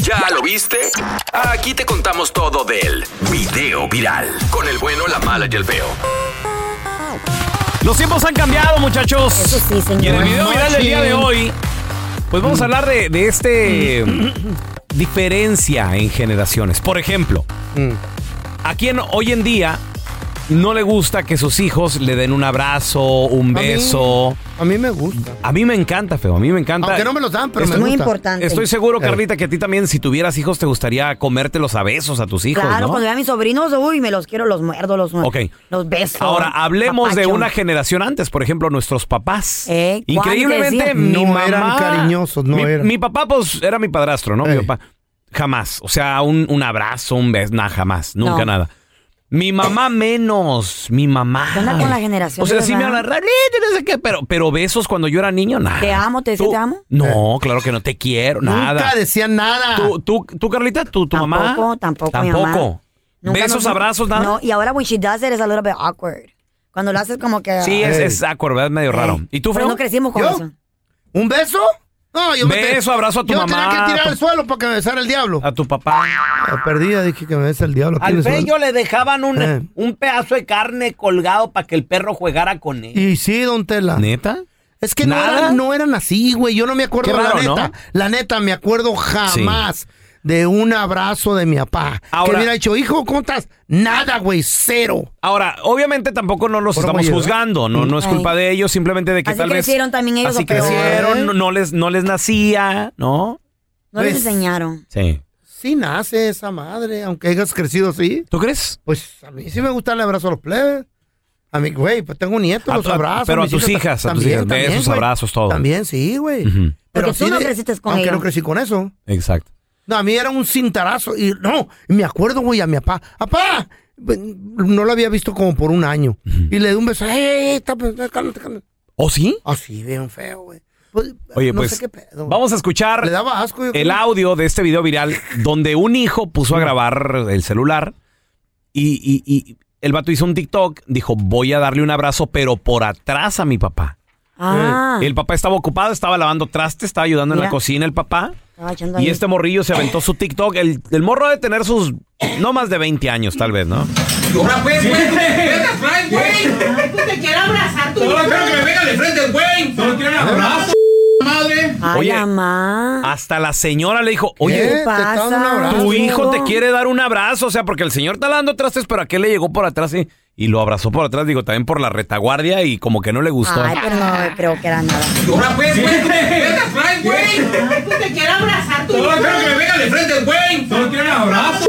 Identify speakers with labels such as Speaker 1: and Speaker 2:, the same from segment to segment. Speaker 1: ¿Ya lo viste? Aquí te contamos todo del video viral. Con el bueno, la mala y el feo.
Speaker 2: Los tiempos han cambiado, muchachos.
Speaker 3: Eso sí, señor.
Speaker 2: Y en el video viral del día de hoy, pues vamos a hablar de, de este diferencia en generaciones. Por ejemplo,
Speaker 3: Mm.
Speaker 2: ¿a quién hoy en día no le gusta que sus hijos le den un abrazo, un
Speaker 4: A mí.
Speaker 2: beso?
Speaker 4: A mí me gusta.
Speaker 2: A mí me encanta, feo. A mí me encanta.
Speaker 4: Aunque no me los dan, pero
Speaker 3: es
Speaker 4: me
Speaker 3: muy
Speaker 4: gusta.
Speaker 3: importante.
Speaker 2: Estoy seguro, Carlita, que a ti también, si tuvieras hijos, te gustaría comértelos a besos a tus hijos,
Speaker 3: Claro,
Speaker 2: ¿no?
Speaker 3: cuando veo a mis sobrinos, uy, me los quiero, los muerdo, los muerdo.
Speaker 2: Ok.
Speaker 3: Los beso.
Speaker 2: Ahora, hablemos de
Speaker 3: apacho.
Speaker 2: una generación antes, por ejemplo, nuestros papás.
Speaker 3: Eh, ¿cuál
Speaker 2: Increíblemente,
Speaker 3: decía?
Speaker 2: mi
Speaker 4: No
Speaker 2: mamá...
Speaker 4: eran cariñosos, no
Speaker 2: mi,
Speaker 4: eran.
Speaker 2: mi papá, pues, era mi padrastro, ¿no?
Speaker 4: Eh.
Speaker 2: Mi papá. Jamás. O sea, un, un abrazo, un beso, nada, jamás. Nunca
Speaker 3: No.
Speaker 2: nada. Mi mamá menos, mi mamá.
Speaker 3: ¿Qué onda con la generación
Speaker 2: O sea,
Speaker 3: de
Speaker 2: sí me
Speaker 3: verdad?
Speaker 2: habla "Raulito", no sé qué, pero, pero besos cuando yo era niño, nada.
Speaker 3: Te amo, te decía,
Speaker 2: ¿Tú?
Speaker 3: te amo.
Speaker 2: No, claro que no te quiero, nada.
Speaker 4: Nunca decían nada.
Speaker 2: ¿Tú, tú, tú, Carlita? ¿Tú, tu mamá?
Speaker 3: Tampoco, tampoco, mi
Speaker 2: Tampoco.
Speaker 3: mamá. Nunca
Speaker 2: Besos,
Speaker 3: nos-
Speaker 2: abrazos, nada.
Speaker 3: No, y ahora when she does it, it's a little bit awkward. Cuando lo haces como que...
Speaker 2: Sí,
Speaker 3: ah,
Speaker 2: es,
Speaker 4: Ey.
Speaker 2: es awkward, ¿verdad? Es medio raro.
Speaker 3: eh.
Speaker 2: ¿Y tú,
Speaker 3: Pero
Speaker 2: Feo?
Speaker 3: no crecimos con
Speaker 4: ¿Yo?
Speaker 3: eso.
Speaker 4: ¿Un beso? No, yo
Speaker 2: Beso, abrazo a tu
Speaker 4: yo tenía
Speaker 2: mamá,
Speaker 4: que tirar
Speaker 2: tu-
Speaker 4: al suelo para que me besara el diablo.
Speaker 2: A tu papá.
Speaker 4: La perdida dije que me besa el diablo. aquí en el suelo.
Speaker 2: le dejaban un,
Speaker 4: Eh.
Speaker 2: pedazo de carne colgado para que el perro jugara con él.
Speaker 4: Y sí, don Tela.
Speaker 2: ¿Neta?
Speaker 4: Es que no
Speaker 2: ¿Nada?
Speaker 4: eran, no eran así, güey. Yo no me acuerdo,
Speaker 2: Qué raro,
Speaker 4: la neta.
Speaker 2: ¿no?
Speaker 4: La neta, me acuerdo jamás de un abrazo de mi papá.
Speaker 2: Ahora-
Speaker 4: que me hubiera dicho, hijo, ¿cuántas? Nada, güey, cero.
Speaker 2: Ahora, obviamente tampoco no los
Speaker 4: Por
Speaker 2: estamos
Speaker 4: mayor.
Speaker 2: juzgando, no, no es
Speaker 3: Ay.
Speaker 2: culpa de ellos, simplemente de que
Speaker 3: Así
Speaker 2: tal vez...
Speaker 3: crecieron también ellos,
Speaker 2: Así
Speaker 3: o peor.
Speaker 2: crecieron, no- no les, no les nacía, ¿no?
Speaker 3: No les
Speaker 4: Pues-
Speaker 3: enseñaron.
Speaker 2: Sí.
Speaker 4: Sí nace esa madre, aunque hayas crecido así.
Speaker 2: ¿Tú crees?
Speaker 4: Pues a mí sí me gusta el abrazo a los plebes. A mí, güey, pues tengo nietos,
Speaker 2: A
Speaker 4: los
Speaker 2: tu-
Speaker 4: abrazos.
Speaker 2: pero a
Speaker 4: mis
Speaker 2: tus hijas, a tus hijas, besos,
Speaker 4: güey.
Speaker 2: abrazos, todo.
Speaker 4: También, sí, güey.
Speaker 2: Ujú.
Speaker 4: Pero
Speaker 3: Porque
Speaker 4: así
Speaker 3: tú no
Speaker 4: de-
Speaker 3: creciste con
Speaker 4: Aunque
Speaker 3: ello.
Speaker 4: no crecí con eso.
Speaker 2: Exacto.
Speaker 4: No, a mí era un cintarazo. Y no, y me acuerdo, güey, a mi papá. ¡Papá! No lo había visto como por un año. Y le di un beso. ¡Ey, ey, ey, está- pues, cálmate, cálmate!
Speaker 2: ¿O sí?
Speaker 4: Así, bien feo, güey. Pues,
Speaker 2: Oye,
Speaker 4: no
Speaker 2: pues
Speaker 4: sé qué pedo.
Speaker 2: vamos a escuchar
Speaker 4: Le daba asco. yo
Speaker 2: el
Speaker 4: creo.
Speaker 2: audio de este video viral donde un hijo puso a grabar el celular y, y- y el vato hizo un TikTok, dijo, voy a darle un abrazo, pero por atrás a mi papá.
Speaker 3: Ah.
Speaker 2: El papá estaba ocupado, estaba lavando trastes, estaba ayudando en la
Speaker 3: Mira.
Speaker 2: cocina el papá.
Speaker 3: Estaba echando
Speaker 2: Y
Speaker 3: ahí.
Speaker 2: este morrillo se aventó su TikTok. El, el morro ha de tener sus no más de 20 años, tal vez, ¿no?
Speaker 5: ¡Ahora pues, güey! ¡Venga, Frank, güey! ¡Te quiero abrazar tú! ¡Solo quiero que me venga de frente, güey! ¡Solo quiero un abrazo, madre!
Speaker 3: Ay,
Speaker 2: Oye. ah, eh,
Speaker 3: mamá.
Speaker 2: Hasta la señora le dijo,
Speaker 4: ¿Qué?
Speaker 2: oye,
Speaker 4: Te está dando un
Speaker 3: pasa?
Speaker 4: abrazo.
Speaker 2: tu
Speaker 3: Ay,
Speaker 2: hijo
Speaker 3: no.
Speaker 2: te quiere dar un abrazo. O sea, porque el señor está dando trastes, pero ¿a qué le llegó por atrás? Y, y lo abrazó por atrás, digo, también por la retaguardia y como que no le gustó.
Speaker 3: Ay, pero no creo que era nada.
Speaker 5: ¡Ahora pues, güey! ¡Venga, Frank, güey! ¡Te quiero abrazar tú! ¡Solo quiero que me venga de frente, güey! ¡Solo quiero un abrazo,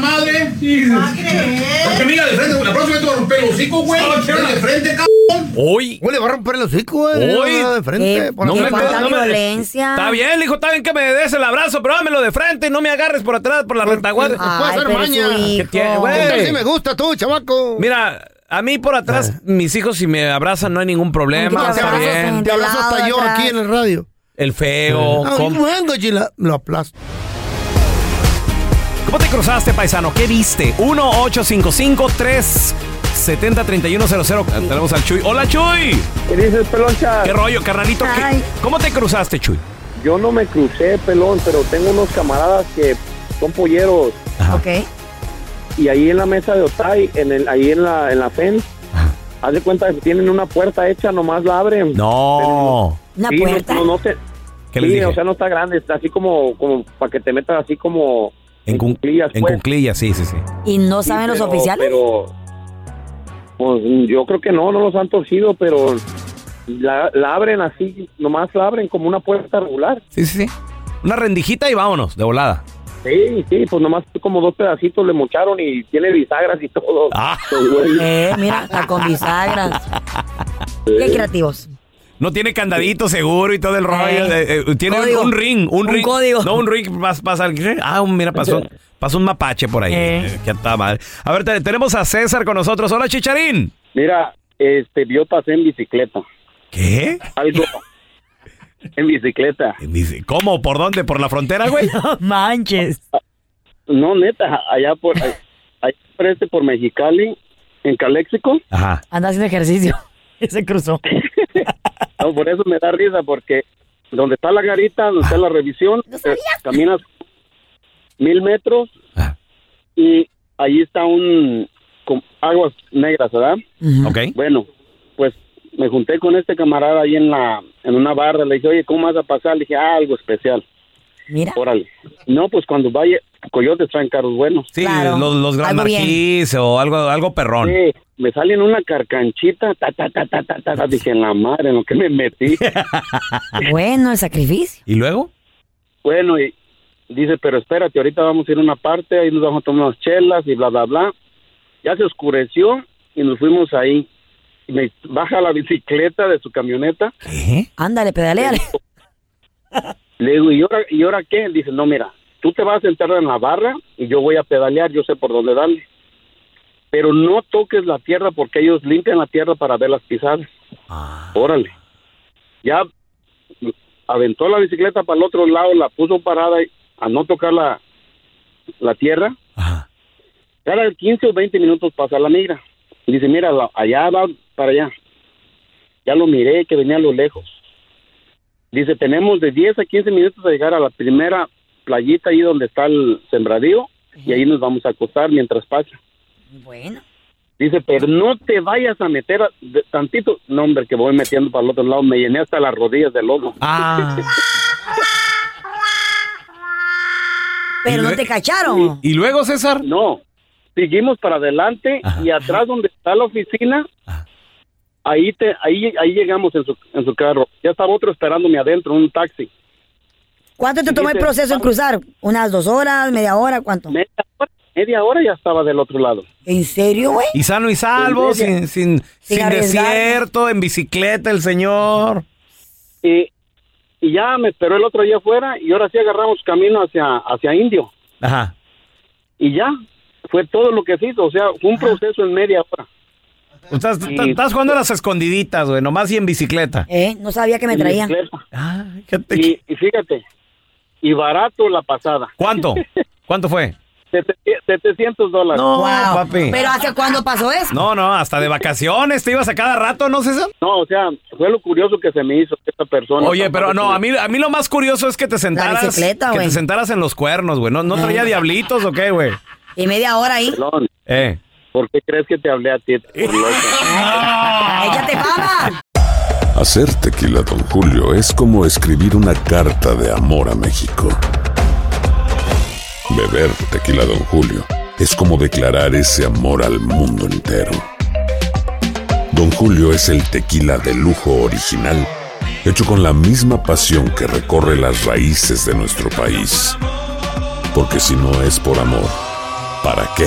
Speaker 5: madre! ¡No crees! ¡Que me venga de frente, güey! ¡La próxima vez te voy a romper el hocico, güey! ¡Solo quiero de frente, cabrón!
Speaker 6: Hoy.
Speaker 4: Güey, le va a romper el hocico, güey.
Speaker 6: Hoy.
Speaker 4: Le va a dar De frente.
Speaker 3: Eh,
Speaker 4: por
Speaker 3: no
Speaker 4: la
Speaker 3: me
Speaker 4: espalda.
Speaker 3: cuenta- violencia.
Speaker 6: Está bien, le dijo, está bien que me des el abrazo, pero dámelo de frente y no me agarres por atrás, por la retaguardia.
Speaker 4: Ah. puede hacer
Speaker 3: pero es
Speaker 4: maña.
Speaker 3: su
Speaker 4: ¿Qué
Speaker 3: hijo.
Speaker 6: tiene, güey?
Speaker 4: Entonces sí me gusta tú, chavaco.
Speaker 6: Mira, a mí por atrás, mis hijos si me abrazan no hay ningún problema.
Speaker 3: Aunque te
Speaker 4: te
Speaker 6: Está
Speaker 3: abrazas,
Speaker 6: bien.
Speaker 3: gente.
Speaker 4: te abrazo hasta yo
Speaker 3: atrás.
Speaker 4: aquí en el radio.
Speaker 6: El feo.
Speaker 4: Ah,
Speaker 6: ¿cómo,
Speaker 4: vengo, Gila. Lo aplasto.
Speaker 6: cómo te cruzaste, paisano? ¿Qué viste? 1-855-370-3100. Tenemos al Chuy. ¡Hola, Chuy!
Speaker 7: ¿Qué dices, peloncha?
Speaker 6: ¿Qué rollo, carnalito? ¿Qué-
Speaker 3: Ay.
Speaker 6: ¿Cómo te cruzaste, Chuy?
Speaker 7: Yo no me crucé, pelón, pero tengo unos camaradas que son polleros.
Speaker 3: Ok.
Speaker 7: Y ahí en la mesa de Otay, en el, ahí en la, en la FEN, haz de cuenta que tienen una puerta hecha, nomás la abren.
Speaker 6: Oh, No.
Speaker 3: Una
Speaker 7: Sí, no-
Speaker 3: puerta.
Speaker 7: No, no te-
Speaker 6: ¿Qué
Speaker 7: sí,
Speaker 6: les dije?
Speaker 7: o sea, no está grande, está así como, como para que te metas así como
Speaker 6: en cun-
Speaker 7: cuclillas,
Speaker 6: en
Speaker 7: pues.
Speaker 6: cunclillas, sí, sí, sí.
Speaker 3: ¿Y no
Speaker 7: Sí,
Speaker 3: saben los
Speaker 7: pero-
Speaker 3: oficiales?
Speaker 7: Pero, pues yo creo que no, no los han torcido, pero la, la abren así, nomás la abren como una puerta regular.
Speaker 6: Sí, sí, sí. Una rendijita y vámonos, de volada.
Speaker 7: Sí, sí, pues nomás como dos pedacitos le mocharon y tiene bisagras y todo.
Speaker 6: Ah.
Speaker 7: Los güeyes.
Speaker 3: Eh, mira, hasta con bisagras. Qué creativos.
Speaker 6: No tiene candadito seguro y todo el rollo.
Speaker 3: Eh,
Speaker 6: eh, eh, tiene
Speaker 3: código.
Speaker 6: un ring, un,
Speaker 3: Un
Speaker 6: ring.
Speaker 3: código.
Speaker 6: No, un ring pas- pasa al- Ah, un- mira, pasó, pasó un mapache por ahí.
Speaker 3: Eh.
Speaker 6: Eh, que está mal. A ver, te- tenemos a César con nosotros. Hola, Chicharín.
Speaker 7: Mira, este, yo pasé en bicicleta.
Speaker 6: ¿Qué?
Speaker 7: Algo. en bicicleta.
Speaker 6: Dice, ¿Cómo? ¿Por dónde? ¿Por la frontera, güey?
Speaker 3: Manches.
Speaker 7: No, neta, allá por, allá por este, por Mexicali, en Caléxico.
Speaker 6: Ajá.
Speaker 3: Anda haciendo ejercicio. Se cruzó.
Speaker 7: No, por eso me da risa, porque donde está la garita, donde está la
Speaker 6: Ah.
Speaker 7: revisión, eh, caminas mil metros
Speaker 6: Ah,
Speaker 7: y ahí está un. con aguas negras, ¿verdad?
Speaker 6: Ok.
Speaker 7: Bueno, pues me junté con este camarada ahí en la en una barra, le dije, oye, ¿cómo vas a pasar? Le dije, "Ah, algo especial,
Speaker 3: Mira.
Speaker 7: órale. No, pues cuando vaya, coyotes traen carros buenos.
Speaker 6: Sí,
Speaker 3: Claro.
Speaker 6: los, los Gran
Speaker 3: Algo bien.
Speaker 6: Marquis o algo, algo perrón.
Speaker 7: Sí, me salen una carcanchita, ta, ta, ta, ta, ta, ta, ta. dije, en la madre, en lo que me metí.
Speaker 3: Bueno, el sacrificio.
Speaker 6: ¿Y luego?
Speaker 7: bueno, y dice, pero espérate, ahorita vamos a ir a una parte, ahí nos vamos a tomar unas chelas y bla, bla, bla. Ya se oscureció y nos fuimos ahí. Y me baja la bicicleta de su camioneta
Speaker 6: ¿Qué?
Speaker 3: Ándale, pedaleale.
Speaker 7: Le digo, ¿y ahora, ¿y ahora qué? Dice, no, mira, tú te vas a sentar en la barra y yo voy a pedalear, yo sé por dónde darle. Pero no toques la tierra porque ellos limpian la tierra para ver las pisadas. Órale. Ya aventó la bicicleta para el otro lado, la puso parada y- a no tocar la, la tierra.
Speaker 6: Ajá.
Speaker 7: Ya eran 15 o 20 minutos pasa la migra. Y dice, mira, la- allá va para allá. Ya lo miré, que venía a lo lejos. Dice, tenemos de 10 a 15 minutos a llegar a la primera playita ahí donde está el sembradío y ahí nos vamos a acostar mientras pasa.
Speaker 3: Bueno.
Speaker 7: Dice, pero no te vayas a meter a- de- tantito. No, hombre, que voy metiendo para el otro lado. Me llené hasta las rodillas de lodo.
Speaker 6: Ah.
Speaker 3: Pero no te cacharon.
Speaker 6: ¿Y luego, César?
Speaker 7: No, seguimos para adelante y atrás donde está la oficina, ahí te, ahí, ahí llegamos en su, en su carro. Ya estaba otro esperándome adentro, un taxi.
Speaker 3: ¿Cuánto te tomó el proceso en cruzar? ¿Unas dos horas, media hora? ¿Cuánto?
Speaker 7: Media hora, media hora ya estaba del otro lado.
Speaker 3: ¿En serio, güey?
Speaker 6: Y sano y salvo, sin, sin, sin
Speaker 3: arriesgar.
Speaker 6: desierto, en bicicleta el señor.
Speaker 7: Y, y ya me esperó el otro día afuera y ahora sí agarramos camino hacia, hacia Indio.
Speaker 6: Ajá.
Speaker 7: Y ya, fue todo lo que se hizo. O sea, fue un proceso en media hora.
Speaker 6: Estás,
Speaker 7: Sí.
Speaker 6: estás- estás jugando a las escondiditas, güey, nomás y en bicicleta.
Speaker 3: ¿Eh? No sabía que me
Speaker 7: En
Speaker 3: traían.
Speaker 7: bicicleta.
Speaker 6: Ah, fíjate.
Speaker 7: Y, y fíjate, y barato la pasada.
Speaker 6: ¿Cuánto? ¿Cuánto fue?
Speaker 7: Sete- 700 dólares.
Speaker 6: No,
Speaker 3: Wow.
Speaker 6: papi.
Speaker 3: ¿Pero hacia cuándo pasó eso?
Speaker 6: No, no, hasta de vacaciones te ibas a cada rato, ¿no, César?
Speaker 7: No, o sea, fue lo curioso que se me hizo esta persona.
Speaker 6: Oye, pero no, a mí, a mí lo más curioso es que te sentaras.
Speaker 3: bicicleta,
Speaker 6: que
Speaker 3: güey.
Speaker 6: te sentaras en los cuernos, güey. ¿No, no traía
Speaker 3: Ah.
Speaker 6: diablitos o qué, güey?
Speaker 3: ¿Y media hora ahí?
Speaker 7: Pelón,
Speaker 6: Eh.
Speaker 7: ¿por qué crees que te hablé a ti? por loca?
Speaker 3: ¡Échate fama!
Speaker 8: Hacer tequila, Don Julio, es como escribir una carta de amor a México. Beber tequila, Don Julio, es como declarar ese amor al mundo entero. Don Julio es el tequila de lujo original, hecho con la misma pasión que recorre las raíces de nuestro país. Porque si no es por amor, ¿para qué?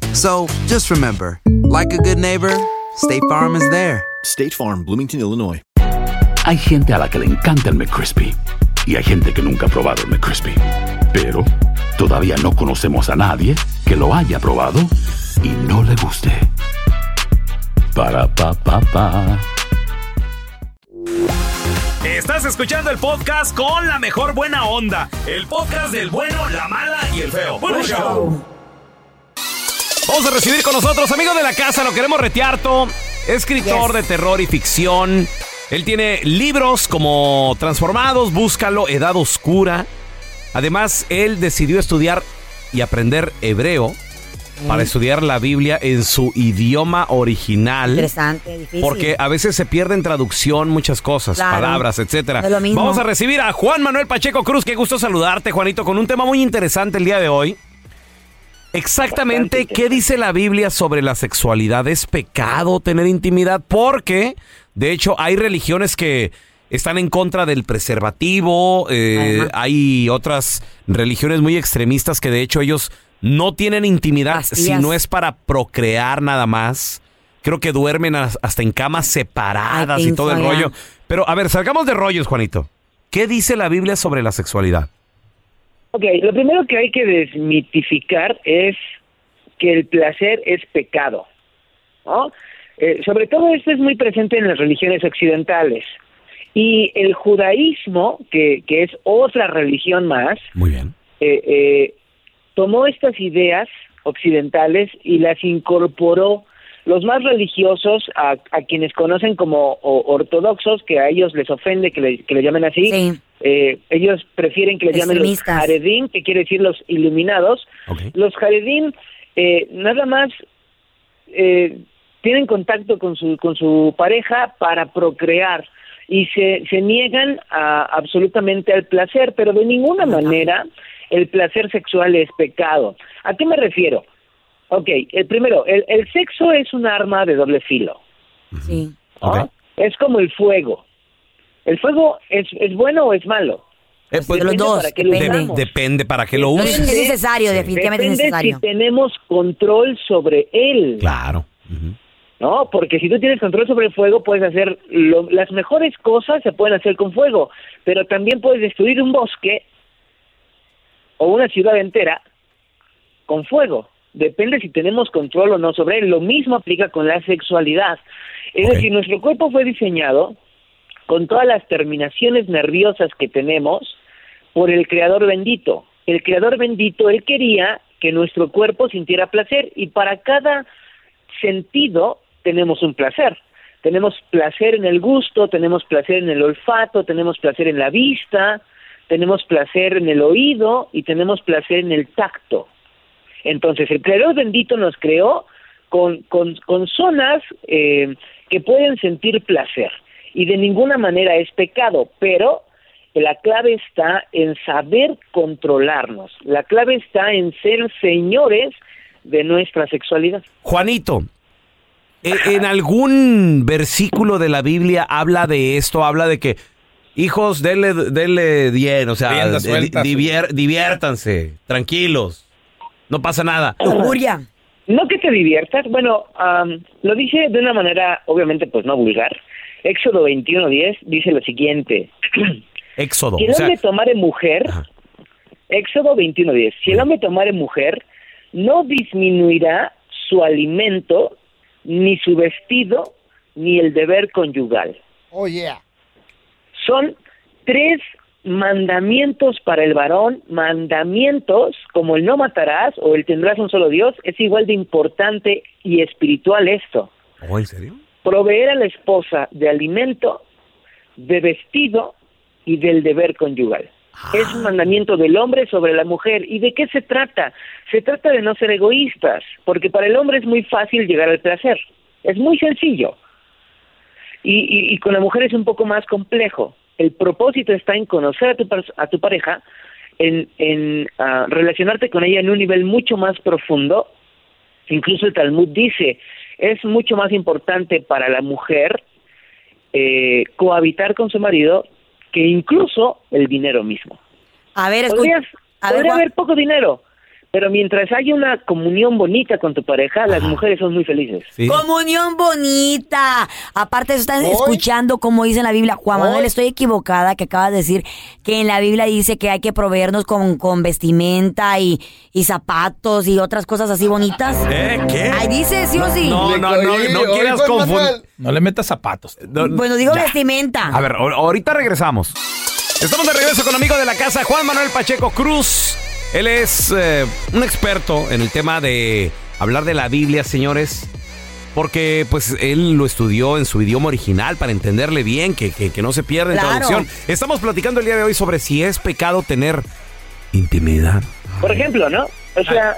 Speaker 9: So just remember, like a good neighbor, State Farm is there.
Speaker 8: State Farm, Bloomington, Illinois. Hay gente a la que le encanta el McCrispy y hay gente que nunca ha probado el McCrispy. Pero todavía no conocemos a nadie que lo haya probado y no le guste. Para pa pa pa.
Speaker 10: Estás escuchando el podcast con la mejor buena onda. El podcast del bueno, la mala y el feo. Buen show. Vamos a recibir con nosotros, amigo de la casa, lo queremos retearto. Escritor de terror y ficción. Él tiene libros como Transformados, Búscalo, Edad Oscura. Además, él decidió estudiar y aprender hebreo para estudiar la Biblia en su idioma original.
Speaker 3: Interesante, difícil.
Speaker 10: Porque a veces se pierde en traducción muchas cosas,
Speaker 3: Claro.
Speaker 10: palabras, etcétera.
Speaker 3: No es lo mismo.
Speaker 10: Vamos a recibir a Juan Manuel Pacheco Cruz. Qué gusto saludarte, Juanito, con un tema muy interesante el día de hoy. Exactamente, ¿qué dice la Biblia sobre la sexualidad? ¿Es pecado tener intimidad? Porque, de hecho, hay religiones que están en contra del preservativo, eh, hay otras religiones muy extremistas que, de hecho, ellos no tienen intimidad si no es para procrear nada más. Creo que duermen as- hasta en camas separadas
Speaker 3: Ay, qué
Speaker 10: y todo el
Speaker 3: info, ya.
Speaker 10: rollo. Pero, a ver, salgamos de rollos, Juanito. ¿Qué dice la Biblia sobre la sexualidad?
Speaker 2: Ok, lo primero que hay que desmitificar es que el placer es pecado, ¿no? Eh, sobre todo esto es muy presente en las religiones occidentales. Y el judaísmo, que, que es otra religión más, eh, eh, tomó estas ideas occidentales y las incorporó los más religiosos a, a quienes conocen como o- ortodoxos, que a ellos les ofende que le, que le llamen así. Eh, ellos prefieren que le llamen los
Speaker 3: Extremistas.
Speaker 2: jaredim, que quiere decir los iluminados. Los jaredim eh, nada más eh, tienen contacto con su, con su pareja para procrear y se, se niegan a- absolutamente al placer, pero de ninguna manera el placer sexual es pecado. ¿A qué me refiero? Ok, el primero, el, el sexo es un arma de doble filo.
Speaker 3: Sí.
Speaker 2: ¿no? Es como el fuego. ¿El fuego es, es bueno o es malo?
Speaker 10: pues,
Speaker 2: depende
Speaker 10: los dos,
Speaker 2: para qué lo
Speaker 10: depende.
Speaker 2: usamos.
Speaker 10: Depende para qué lo
Speaker 3: Es
Speaker 10: uses.
Speaker 3: necesario, definitivamente es
Speaker 2: Depende
Speaker 3: necesario.
Speaker 2: si tenemos control sobre él.
Speaker 10: Claro.
Speaker 2: No, porque si tú tienes control sobre el fuego, puedes hacer lo- las mejores cosas se pueden hacer con fuego, pero también puedes destruir un bosque o una ciudad entera con fuego. Depende si tenemos control o no sobre él. Lo mismo aplica con la sexualidad. Es decir, nuestro cuerpo fue diseñado con todas las terminaciones nerviosas que tenemos por el creador bendito. El creador bendito, él quería que nuestro cuerpo sintiera placer y para cada sentido tenemos un placer. Tenemos placer en el gusto, tenemos placer en el olfato, tenemos placer en la vista, tenemos placer en el oído y tenemos placer en el tacto. Entonces, el creador bendito nos creó con, con, con zonas eh, que pueden sentir placer y de ninguna manera es pecado, pero la clave está en saber controlarnos, la clave está en ser señores de nuestra sexualidad.
Speaker 10: Juanito, ¿e- ¿en algún versículo de la Biblia habla de esto? Habla de que, hijos, denle, denle bien, o sea,
Speaker 11: Rienda
Speaker 10: eh,
Speaker 11: suelta,
Speaker 10: di- divier- diviértanse, tranquilos, no pasa nada.
Speaker 2: No que te diviertas, bueno, am, lo dice de una manera, obviamente, pues no vulgar. Éxodo 21.10 dice lo siguiente.
Speaker 10: Éxodo.
Speaker 2: Si el
Speaker 10: o sea,
Speaker 2: hombre tomare mujer, Éxodo 21.10, si el hombre tomare mujer, no disminuirá su alimento, ni su vestido, ni el deber conyugal.
Speaker 4: Oh, yeah.
Speaker 2: Son tres mandamientos para el varón, mandamientos como el no matarás o el tendrás un solo Dios, es igual de importante y espiritual esto.
Speaker 10: ¿Oh, ¿En serio?
Speaker 2: Proveer a la esposa de alimento, de vestido y del deber conyugal. Es un mandamiento del hombre sobre la mujer. ¿Y de qué se trata? Se trata de no ser egoístas, porque para el hombre es muy fácil llegar al placer. Es muy sencillo. Y, y- y con la mujer es un poco más complejo. El propósito está en conocer a tu, pers- a tu pareja, en, en ah, relacionarte con ella en un nivel mucho más profundo. Incluso el Talmud dice, es mucho más importante para la mujer eh, cohabitar con su marido que incluso el dinero mismo.
Speaker 3: A ver, escu-
Speaker 2: Podrías-
Speaker 3: a ver,
Speaker 2: podría
Speaker 3: Juan-
Speaker 2: haber poco dinero, pero mientras haya una comunión bonita con tu pareja, las mujeres son muy felices.
Speaker 3: Comunión bonita. Aparte, eso están escuchando como dice en la Biblia. Juan Manuel, estoy equivocada que acabas de decir que en la Biblia dice que hay que proveernos con, con vestimenta y, y zapatos y otras cosas así bonitas.
Speaker 11: ¿Eh? ¿Qué?
Speaker 3: Ahí dice, sí o sí.
Speaker 10: No, no, no, no quieras confundir.
Speaker 11: No le metas zapatos.
Speaker 3: Bueno, digo
Speaker 10: Ya.
Speaker 3: vestimenta.
Speaker 10: A ver, ahor- ahorita regresamos. Estamos de regreso con amigo de la casa, Juan Manuel Pacheco Cruz. Él es eh, un experto en el tema de hablar de la Biblia, señores. Porque pues él lo estudió en su idioma original para entenderle bien, que, que- que no se pierda en
Speaker 3: Claro.
Speaker 10: traducción. Estamos platicando el día de hoy sobre si es pecado tener intimidad.
Speaker 2: Por ejemplo, ¿no? O sea,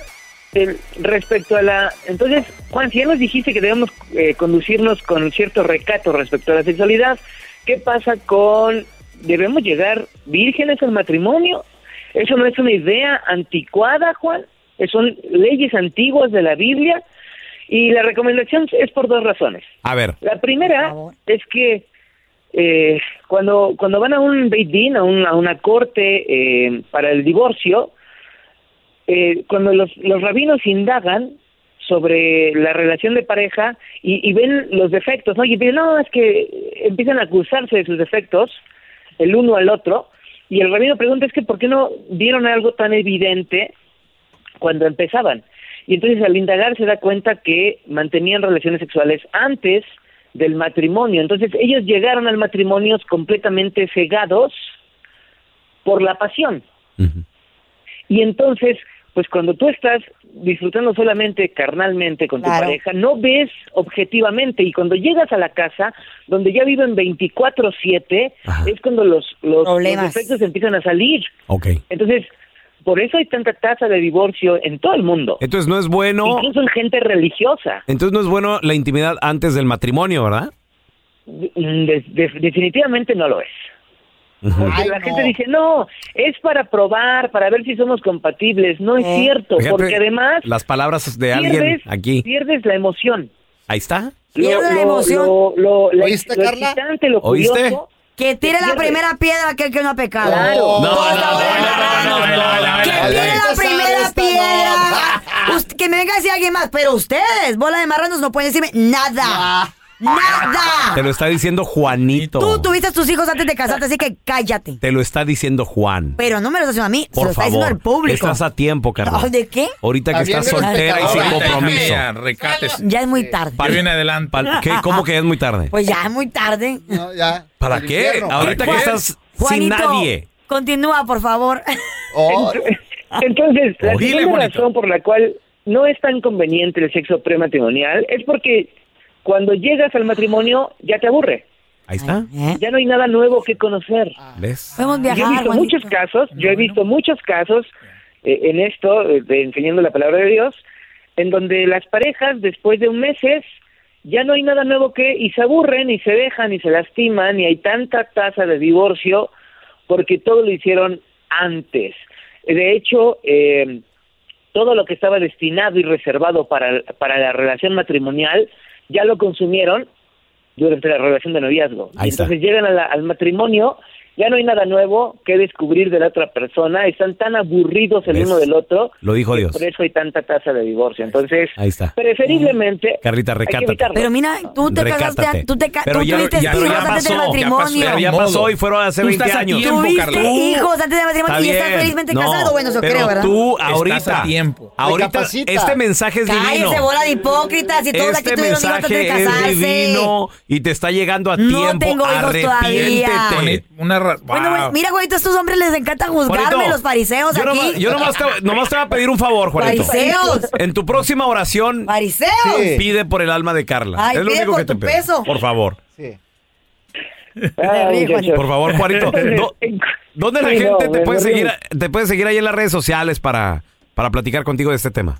Speaker 2: el- respecto a la... Entonces, Juan, si ya nos dijiste que debemos eh, conducirnos con cierto recato respecto a la sexualidad, ¿qué pasa con... ¿Debemos llegar vírgenes al matrimonio? ¿Eso no es una idea anticuada, Juan? Eh, Son leyes antiguas de la Biblia. Y la recomendación es por dos razones.
Speaker 10: A ver.
Speaker 2: La primera es que eh, cuando, cuando van a un Beit Din, a, un- a una corte eh, para el divorcio, eh, cuando los, los rabinos indagan sobre la relación de pareja y, y ven los defectos, ¿no? Y dicen, no, es que empiezan a acusarse de sus defectos el uno al otro, y el rabino pregunta, es que ¿por qué no vieron algo tan evidente cuando empezaban? Y entonces al indagar se da cuenta que mantenían relaciones sexuales antes del matrimonio. Entonces ellos llegaron al matrimonio completamente cegados por la pasión. Y entonces, pues cuando tú estás disfrutando solamente carnalmente con tu
Speaker 12: Claro.
Speaker 2: pareja, no ves objetivamente. Y cuando llegas a la casa, donde ya viven 24-7, es cuando los, los, los
Speaker 3: Problemas.
Speaker 2: defectos empiezan a salir.
Speaker 10: Ok.
Speaker 2: Entonces, por eso hay tanta tasa de divorcio en todo el mundo.
Speaker 10: Entonces Eh, no es bueno.
Speaker 2: Incluso en gente religiosa.
Speaker 10: Entonces no es bueno la intimidad antes del matrimonio, ¿verdad?
Speaker 2: De- de- definitivamente no lo es. Porque la gente dice, no, es para probar, para ver si somos compatibles. No es cierto,
Speaker 10: Fíjate,
Speaker 2: porque además
Speaker 10: Las palabras de alguien
Speaker 2: pierdes,
Speaker 10: aquí.
Speaker 2: pierdes la emoción.
Speaker 10: Ahí está.
Speaker 2: Lo- lo- Lo, lo- lo-
Speaker 3: ¿Oíste,
Speaker 2: lo
Speaker 3: Carla?
Speaker 2: excitante, lo
Speaker 10: ¿Oíste?
Speaker 2: curioso.
Speaker 3: Que tire la
Speaker 2: Pierde.
Speaker 3: primera piedra aquel que no ha pecado.
Speaker 2: Claro.
Speaker 3: No, no,
Speaker 2: No,
Speaker 3: Que tire la primera piedra. Ust- que me venga a decir alguien más, pero ustedes, bola de marranos, no pueden decirme nada. Nada.
Speaker 10: Te lo está diciendo Juanito.
Speaker 3: Tú tuviste a tus hijos antes de casarte, así que cállate.
Speaker 10: Te lo está diciendo Juan.
Speaker 3: Pero no me lo estás haciendo a mí, se
Speaker 10: Por
Speaker 3: lo está diciendo
Speaker 10: favor.
Speaker 3: al público.
Speaker 10: Estás a tiempo, Carlos.
Speaker 3: No, ¿De qué?
Speaker 10: Ahorita que
Speaker 3: También de
Speaker 10: estás
Speaker 3: los
Speaker 10: soltera y sin
Speaker 3: pecadores.
Speaker 10: compromiso.
Speaker 11: Ya, Recates.
Speaker 3: Ya es muy tarde.
Speaker 11: Ya viene adelante.
Speaker 10: Pal- ¿Qué? ¿Cómo que es muy tarde?
Speaker 3: Ah, Pues ya es muy tarde. No, ya.
Speaker 10: ¿Para qué?
Speaker 3: infierno.
Speaker 10: Ahorita que
Speaker 3: ¿Para qué?
Speaker 10: estás sin nadie.
Speaker 3: Continúa, por favor.
Speaker 2: Ent- Entonces, la
Speaker 10: Ah. Dile,
Speaker 2: segunda
Speaker 10: bonito.
Speaker 2: razón por la cual no es tan conveniente el sexo prematrimonial es porque cuando llegas al matrimonio ya te aburre.
Speaker 10: Ahí está.
Speaker 2: Ya no hay nada nuevo que conocer.
Speaker 10: ¿Ves?
Speaker 3: ¿Eh? Podemos
Speaker 2: yo he
Speaker 3: viajar,
Speaker 2: visto
Speaker 3: Juanito.
Speaker 2: muchos casos, yo he visto muchos casos eh, en esto, eh, de enseñando la palabra de Dios, en donde las parejas después de un meses ya no hay nada nuevo que y se aburren y se dejan y se lastiman y hay tanta tasa de divorcio porque todo lo hicieron antes. De hecho, eh, todo lo que estaba destinado y reservado para, para la relación matrimonial ya lo consumieron durante la relación de noviazgo.
Speaker 10: Ahí está.
Speaker 2: Entonces llegan a la- al matrimonio, ya no hay nada nuevo que descubrir de la otra persona, están tan aburridos el
Speaker 10: ¿Ves?
Speaker 2: uno del otro,
Speaker 10: Lo dijo Dios.
Speaker 2: por eso hay tanta tasa de divorcio. Entonces,
Speaker 10: Ahí está.
Speaker 2: preferiblemente...
Speaker 10: Carlita,
Speaker 2: hay que
Speaker 10: recátate.
Speaker 2: evitarlo.
Speaker 3: Pero mira, tú te casaste,
Speaker 10: Recátate.
Speaker 3: tú te ca-
Speaker 10: Pero
Speaker 3: tú
Speaker 10: ya-
Speaker 3: tuviste
Speaker 10: ya-
Speaker 3: hijos
Speaker 10: ya
Speaker 3: antes del
Speaker 10: pasó, ya pasó,
Speaker 3: matrimonio.
Speaker 10: ya pasó y fueron hace
Speaker 11: Tú
Speaker 10: 20
Speaker 11: estás a
Speaker 10: años.
Speaker 11: tiempo,
Speaker 3: Tuviste
Speaker 11: Carla.
Speaker 3: hijos antes del matrimonio
Speaker 10: Está
Speaker 3: y estás
Speaker 10: bien.
Speaker 3: felizmente
Speaker 10: No,
Speaker 3: casado. Bueno, eso
Speaker 10: pero
Speaker 3: creo, ¿verdad?
Speaker 10: tú
Speaker 11: Estás
Speaker 10: ahorita,
Speaker 11: a tiempo.
Speaker 10: ahorita
Speaker 11: Recapacita.
Speaker 10: este mensaje es
Speaker 3: Cállense,
Speaker 10: divino.
Speaker 3: bola de hipócritas y todos aquí
Speaker 10: Este
Speaker 3: tuvieron hijos antes de
Speaker 10: mensaje
Speaker 3: casarse.
Speaker 10: es divino y te está llegando a tiempo.
Speaker 3: tengo hijos
Speaker 10: Arrepiéntete.
Speaker 3: todavía.
Speaker 11: Una ra-
Speaker 3: Bueno,
Speaker 11: Wow.
Speaker 3: güey, mira, güey, a estos hombres les encanta juzgarme,
Speaker 10: Juanito,
Speaker 3: los fariseos
Speaker 10: Yo,
Speaker 3: aquí.
Speaker 10: nomás, yo nomás te, nomás te voy a pedir un favor, Juanito.
Speaker 3: Fariseos.
Speaker 10: En tu próxima oración,
Speaker 3: ¡Fariseos!
Speaker 10: pide por el alma de Carla.
Speaker 3: Ay,
Speaker 10: es lo
Speaker 3: pide
Speaker 10: único
Speaker 3: por
Speaker 10: que te
Speaker 3: tu
Speaker 10: pido.
Speaker 3: peso.
Speaker 10: Por favor.
Speaker 13: Ah, muchachos.
Speaker 10: Por favor, Juanito. ¿dó- ¿Dónde la
Speaker 13: Sí, no,
Speaker 10: gente te,
Speaker 13: me-
Speaker 10: puede
Speaker 13: me
Speaker 10: seguir,
Speaker 13: río.
Speaker 10: te puede seguir ahí en las redes sociales para, para platicar contigo de este tema?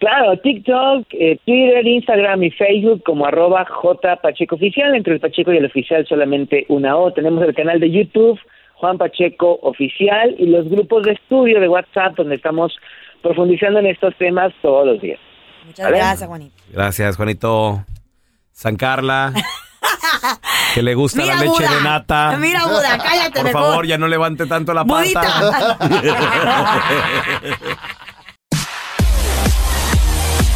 Speaker 13: Claro, TikTok, eh, Twitter, Instagram y Facebook como arroba J Pacheco Oficial. Entre el Pacheco y el Oficial solamente una O. Tenemos el canal de YouTube, Juan Pacheco Oficial, y los grupos de estudio de WhatsApp donde estamos profundizando en estos temas todos los días.
Speaker 3: Muchas gracias, Juanito.
Speaker 10: Gracias, Juanito. San Carla. Que le gusta la
Speaker 3: Mira,
Speaker 10: leche
Speaker 3: Buda.
Speaker 10: de nata.
Speaker 3: Mira, Buda, cállate
Speaker 10: Por
Speaker 3: mejor.
Speaker 10: favor, ya no levante tanto la
Speaker 3: Budita.
Speaker 10: pata.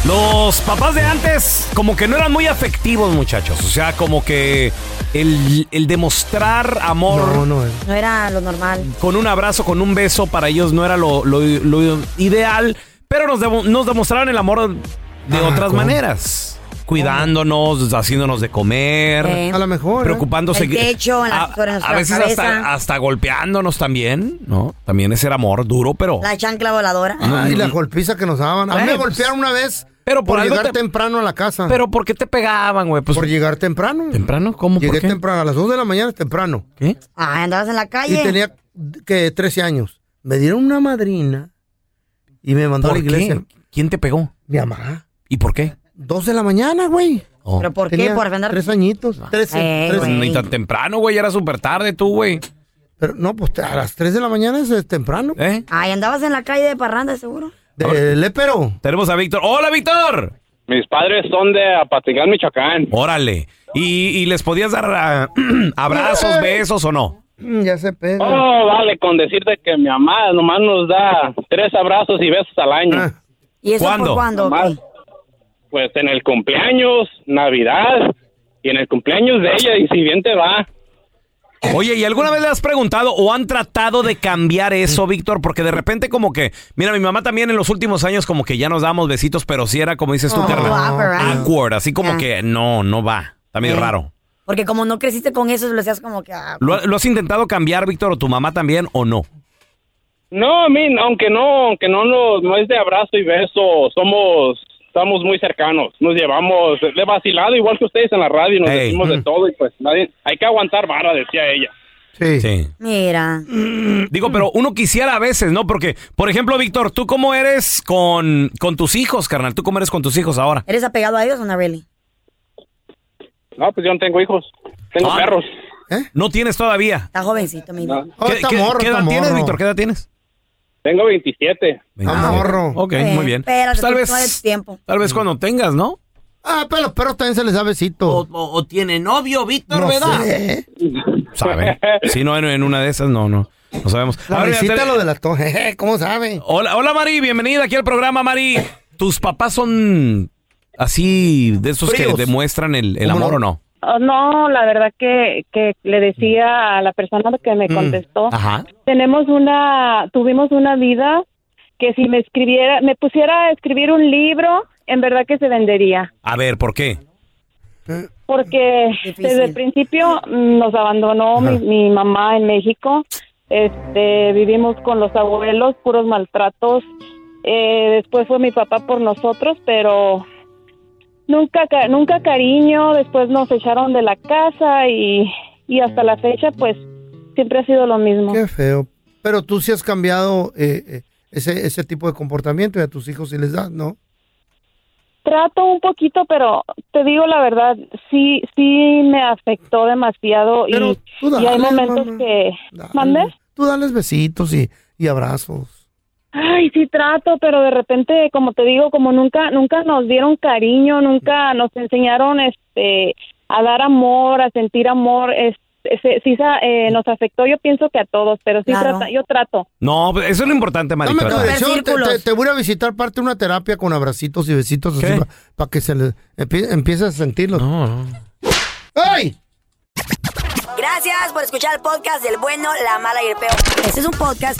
Speaker 10: Los papás de antes como que no eran muy afectivos, muchachos. O sea, como que el, el demostrar amor
Speaker 3: No era lo normal.
Speaker 10: con un abrazo, con un beso, para ellos no era lo, lo- lo ideal. Pero nos, demo- nos demostraron el amor
Speaker 4: Ah,
Speaker 10: de otras maneras. Cuidándonos, haciéndonos de comer.
Speaker 3: Eh. A lo
Speaker 10: mejor. Preocupándose.
Speaker 3: El
Speaker 10: que-
Speaker 3: techo, en la-
Speaker 10: a,
Speaker 3: sobre nuestra
Speaker 10: a veces
Speaker 3: cabeza.
Speaker 10: hasta, hasta golpeándonos también, ¿no? También ese era amor duro, pero.
Speaker 3: La chancla voladora.
Speaker 10: Ah.
Speaker 4: y la golpiza que nos daban. A mí
Speaker 10: Bueno,
Speaker 4: me
Speaker 10: pues,
Speaker 4: golpearon una vez
Speaker 10: pero por algo
Speaker 4: llegar
Speaker 10: te-
Speaker 4: temprano a la casa.
Speaker 10: ¿Pero por qué te pegaban, güey? Pues
Speaker 4: por llegar temprano.
Speaker 10: ¿Temprano? ¿Cómo?
Speaker 4: Llegué temprano, a las 2 de la mañana temprano.
Speaker 10: ¿Qué?
Speaker 3: Ah, andabas en la calle.
Speaker 4: Y tenía que 13 años. Me dieron una madrina y me mandó a la
Speaker 10: ¿Por qué?
Speaker 4: iglesia.
Speaker 10: ¿Quién te pegó?
Speaker 4: Mi mamá.
Speaker 10: ¿Y por qué?
Speaker 4: 2 de la mañana, güey.
Speaker 10: Oh.
Speaker 3: ¿Pero por qué?
Speaker 4: Tenía
Speaker 3: Por ofender.
Speaker 4: Tres añitos. Trece,
Speaker 3: Eh,
Speaker 4: trece.
Speaker 10: Pues ni tan temprano, güey. Era súper tarde tú, güey.
Speaker 4: Pero no, pues a las 3 de la mañana es eh, temprano.
Speaker 10: ¿Eh?
Speaker 3: Ay, andabas en la calle de parranda, seguro.
Speaker 4: De Lépero.
Speaker 10: Tenemos a Víctor. ¡Hola, Víctor!
Speaker 7: Mis padres son de Apatigán, Michoacán.
Speaker 10: Órale. ¿Y, y les podías dar ah, abrazos, besos o no?
Speaker 4: Mm, Ya se pega.
Speaker 7: Oh, vale, con decirte que mi mamá nomás nos da tres abrazos y besos al año.
Speaker 6: Ah.
Speaker 4: Ah,
Speaker 3: ¿Y eso
Speaker 7: ¿Cuándo?
Speaker 3: por cuándo?
Speaker 7: Nomás, Pues en el cumpleaños, Navidad y en el cumpleaños de ella y si bien te va.
Speaker 10: Oye, ¿y alguna vez le has preguntado o han tratado de cambiar eso, Víctor? Porque de repente como que, mira, mi mamá también en los últimos años como que ya nos damos besitos, pero sí era como dices tú,
Speaker 3: Oh,
Speaker 10: Carla,
Speaker 3: awkward, right?
Speaker 10: awkward, así como
Speaker 3: Yeah.
Speaker 10: que no, no va, está medio
Speaker 3: Yeah.
Speaker 10: raro.
Speaker 3: Porque como no creciste con eso, lo hacías como que... ah,
Speaker 10: ¿Lo, lo has intentado cambiar, Víctor, o tu mamá también o no?
Speaker 7: No, a mí, aunque no, aunque no, nos- no es de abrazo y beso, somos estamos muy cercanos, nos llevamos de vacilado igual que ustedes en la radio, nos decimos de todo y pues nadie, hay que aguantar vara, decía ella.
Speaker 4: Sí.
Speaker 3: Mira.
Speaker 10: Digo, pero uno quisiera a veces, ¿no? Porque, por ejemplo, Víctor, ¿tú cómo eres con, con tus hijos, carnal? ¿Tú cómo eres con tus hijos ahora?
Speaker 3: ¿Eres apegado a ellos o no, really?
Speaker 7: No, pues yo no tengo hijos, tengo
Speaker 10: Ah.
Speaker 7: perros.
Speaker 10: No tienes todavía.
Speaker 3: Está jovencito, mi vida.
Speaker 4: Oh,
Speaker 10: ¿Qué, qué- qué edad tienes, Víctor? ¿Qué edad tienes?
Speaker 7: Tengo 27.
Speaker 10: Ah, morro. Ok, muy bien.
Speaker 3: Espérate,
Speaker 10: Pues tal
Speaker 3: Eh, tú
Speaker 10: vez,
Speaker 3: no eres tiempo.
Speaker 10: tal vez cuando tengas, ¿no?
Speaker 4: Ah, pero los perros también se les da besito. O,
Speaker 10: tiene novio, Víctor,
Speaker 4: ¿verdad?
Speaker 10: Sabe. Si no, en, en una de esas, no, no. No sabemos. A
Speaker 4: La
Speaker 10: ver,
Speaker 4: risita
Speaker 10: te-
Speaker 4: lo delató. Jeje, ¿Cómo sabe?
Speaker 10: Hola, hola, Mari. Bienvenida aquí al programa, Mari. ¿Tus papás son así de esos
Speaker 2: Fríos.
Speaker 10: que demuestran el, el
Speaker 2: ¿Cómo
Speaker 10: amor
Speaker 2: no?
Speaker 10: o no?
Speaker 2: Oh, no, la verdad que, que le decía a la persona que me contestó,
Speaker 10: Ajá.
Speaker 2: tenemos una, tuvimos una vida que si me escribiera, me pusiera a escribir un libro, en verdad que se vendería,
Speaker 10: A ver, ¿por qué?
Speaker 2: porque desde el principio mm, nos abandonó mi, mi mamá en México, este, vivimos con los abuelos, puros maltratos, eh, después fue mi papá por nosotros, pero nunca ca- nunca cariño después nos echaron de la casa y, y hasta la fecha pues siempre ha sido lo mismo
Speaker 4: Qué feo. Pero tú sí has cambiado eh, eh, ese, ese tipo de comportamiento y a tus hijos sí les das, ¿no?
Speaker 2: trato un poquito pero te digo la verdad sí sí me afectó demasiado y,
Speaker 4: Pero tú dale,
Speaker 2: y hay momentos
Speaker 4: mamá,
Speaker 2: que mandé
Speaker 4: Tú dales besitos y, y abrazos.
Speaker 2: Ay, sí trato, pero de repente, como te digo, como nunca nunca nos dieron cariño, nunca nos enseñaron este a dar amor, a sentir amor, es, es- sí sa- eh, nos afectó, yo pienso que a todos, pero sí
Speaker 4: Claro.
Speaker 2: trata, yo trato.
Speaker 10: No, pues, eso es lo importante, Mari.
Speaker 4: Dame tu
Speaker 10: trata.
Speaker 4: dirección, te, te- te voy a visitar parte de una terapia con abracitos y besitos para que se les empie- empieces a sentirlos.
Speaker 10: No,
Speaker 4: ¡Ay!
Speaker 3: Gracias por escuchar el podcast del bueno, la mala y el peo. Este es un podcast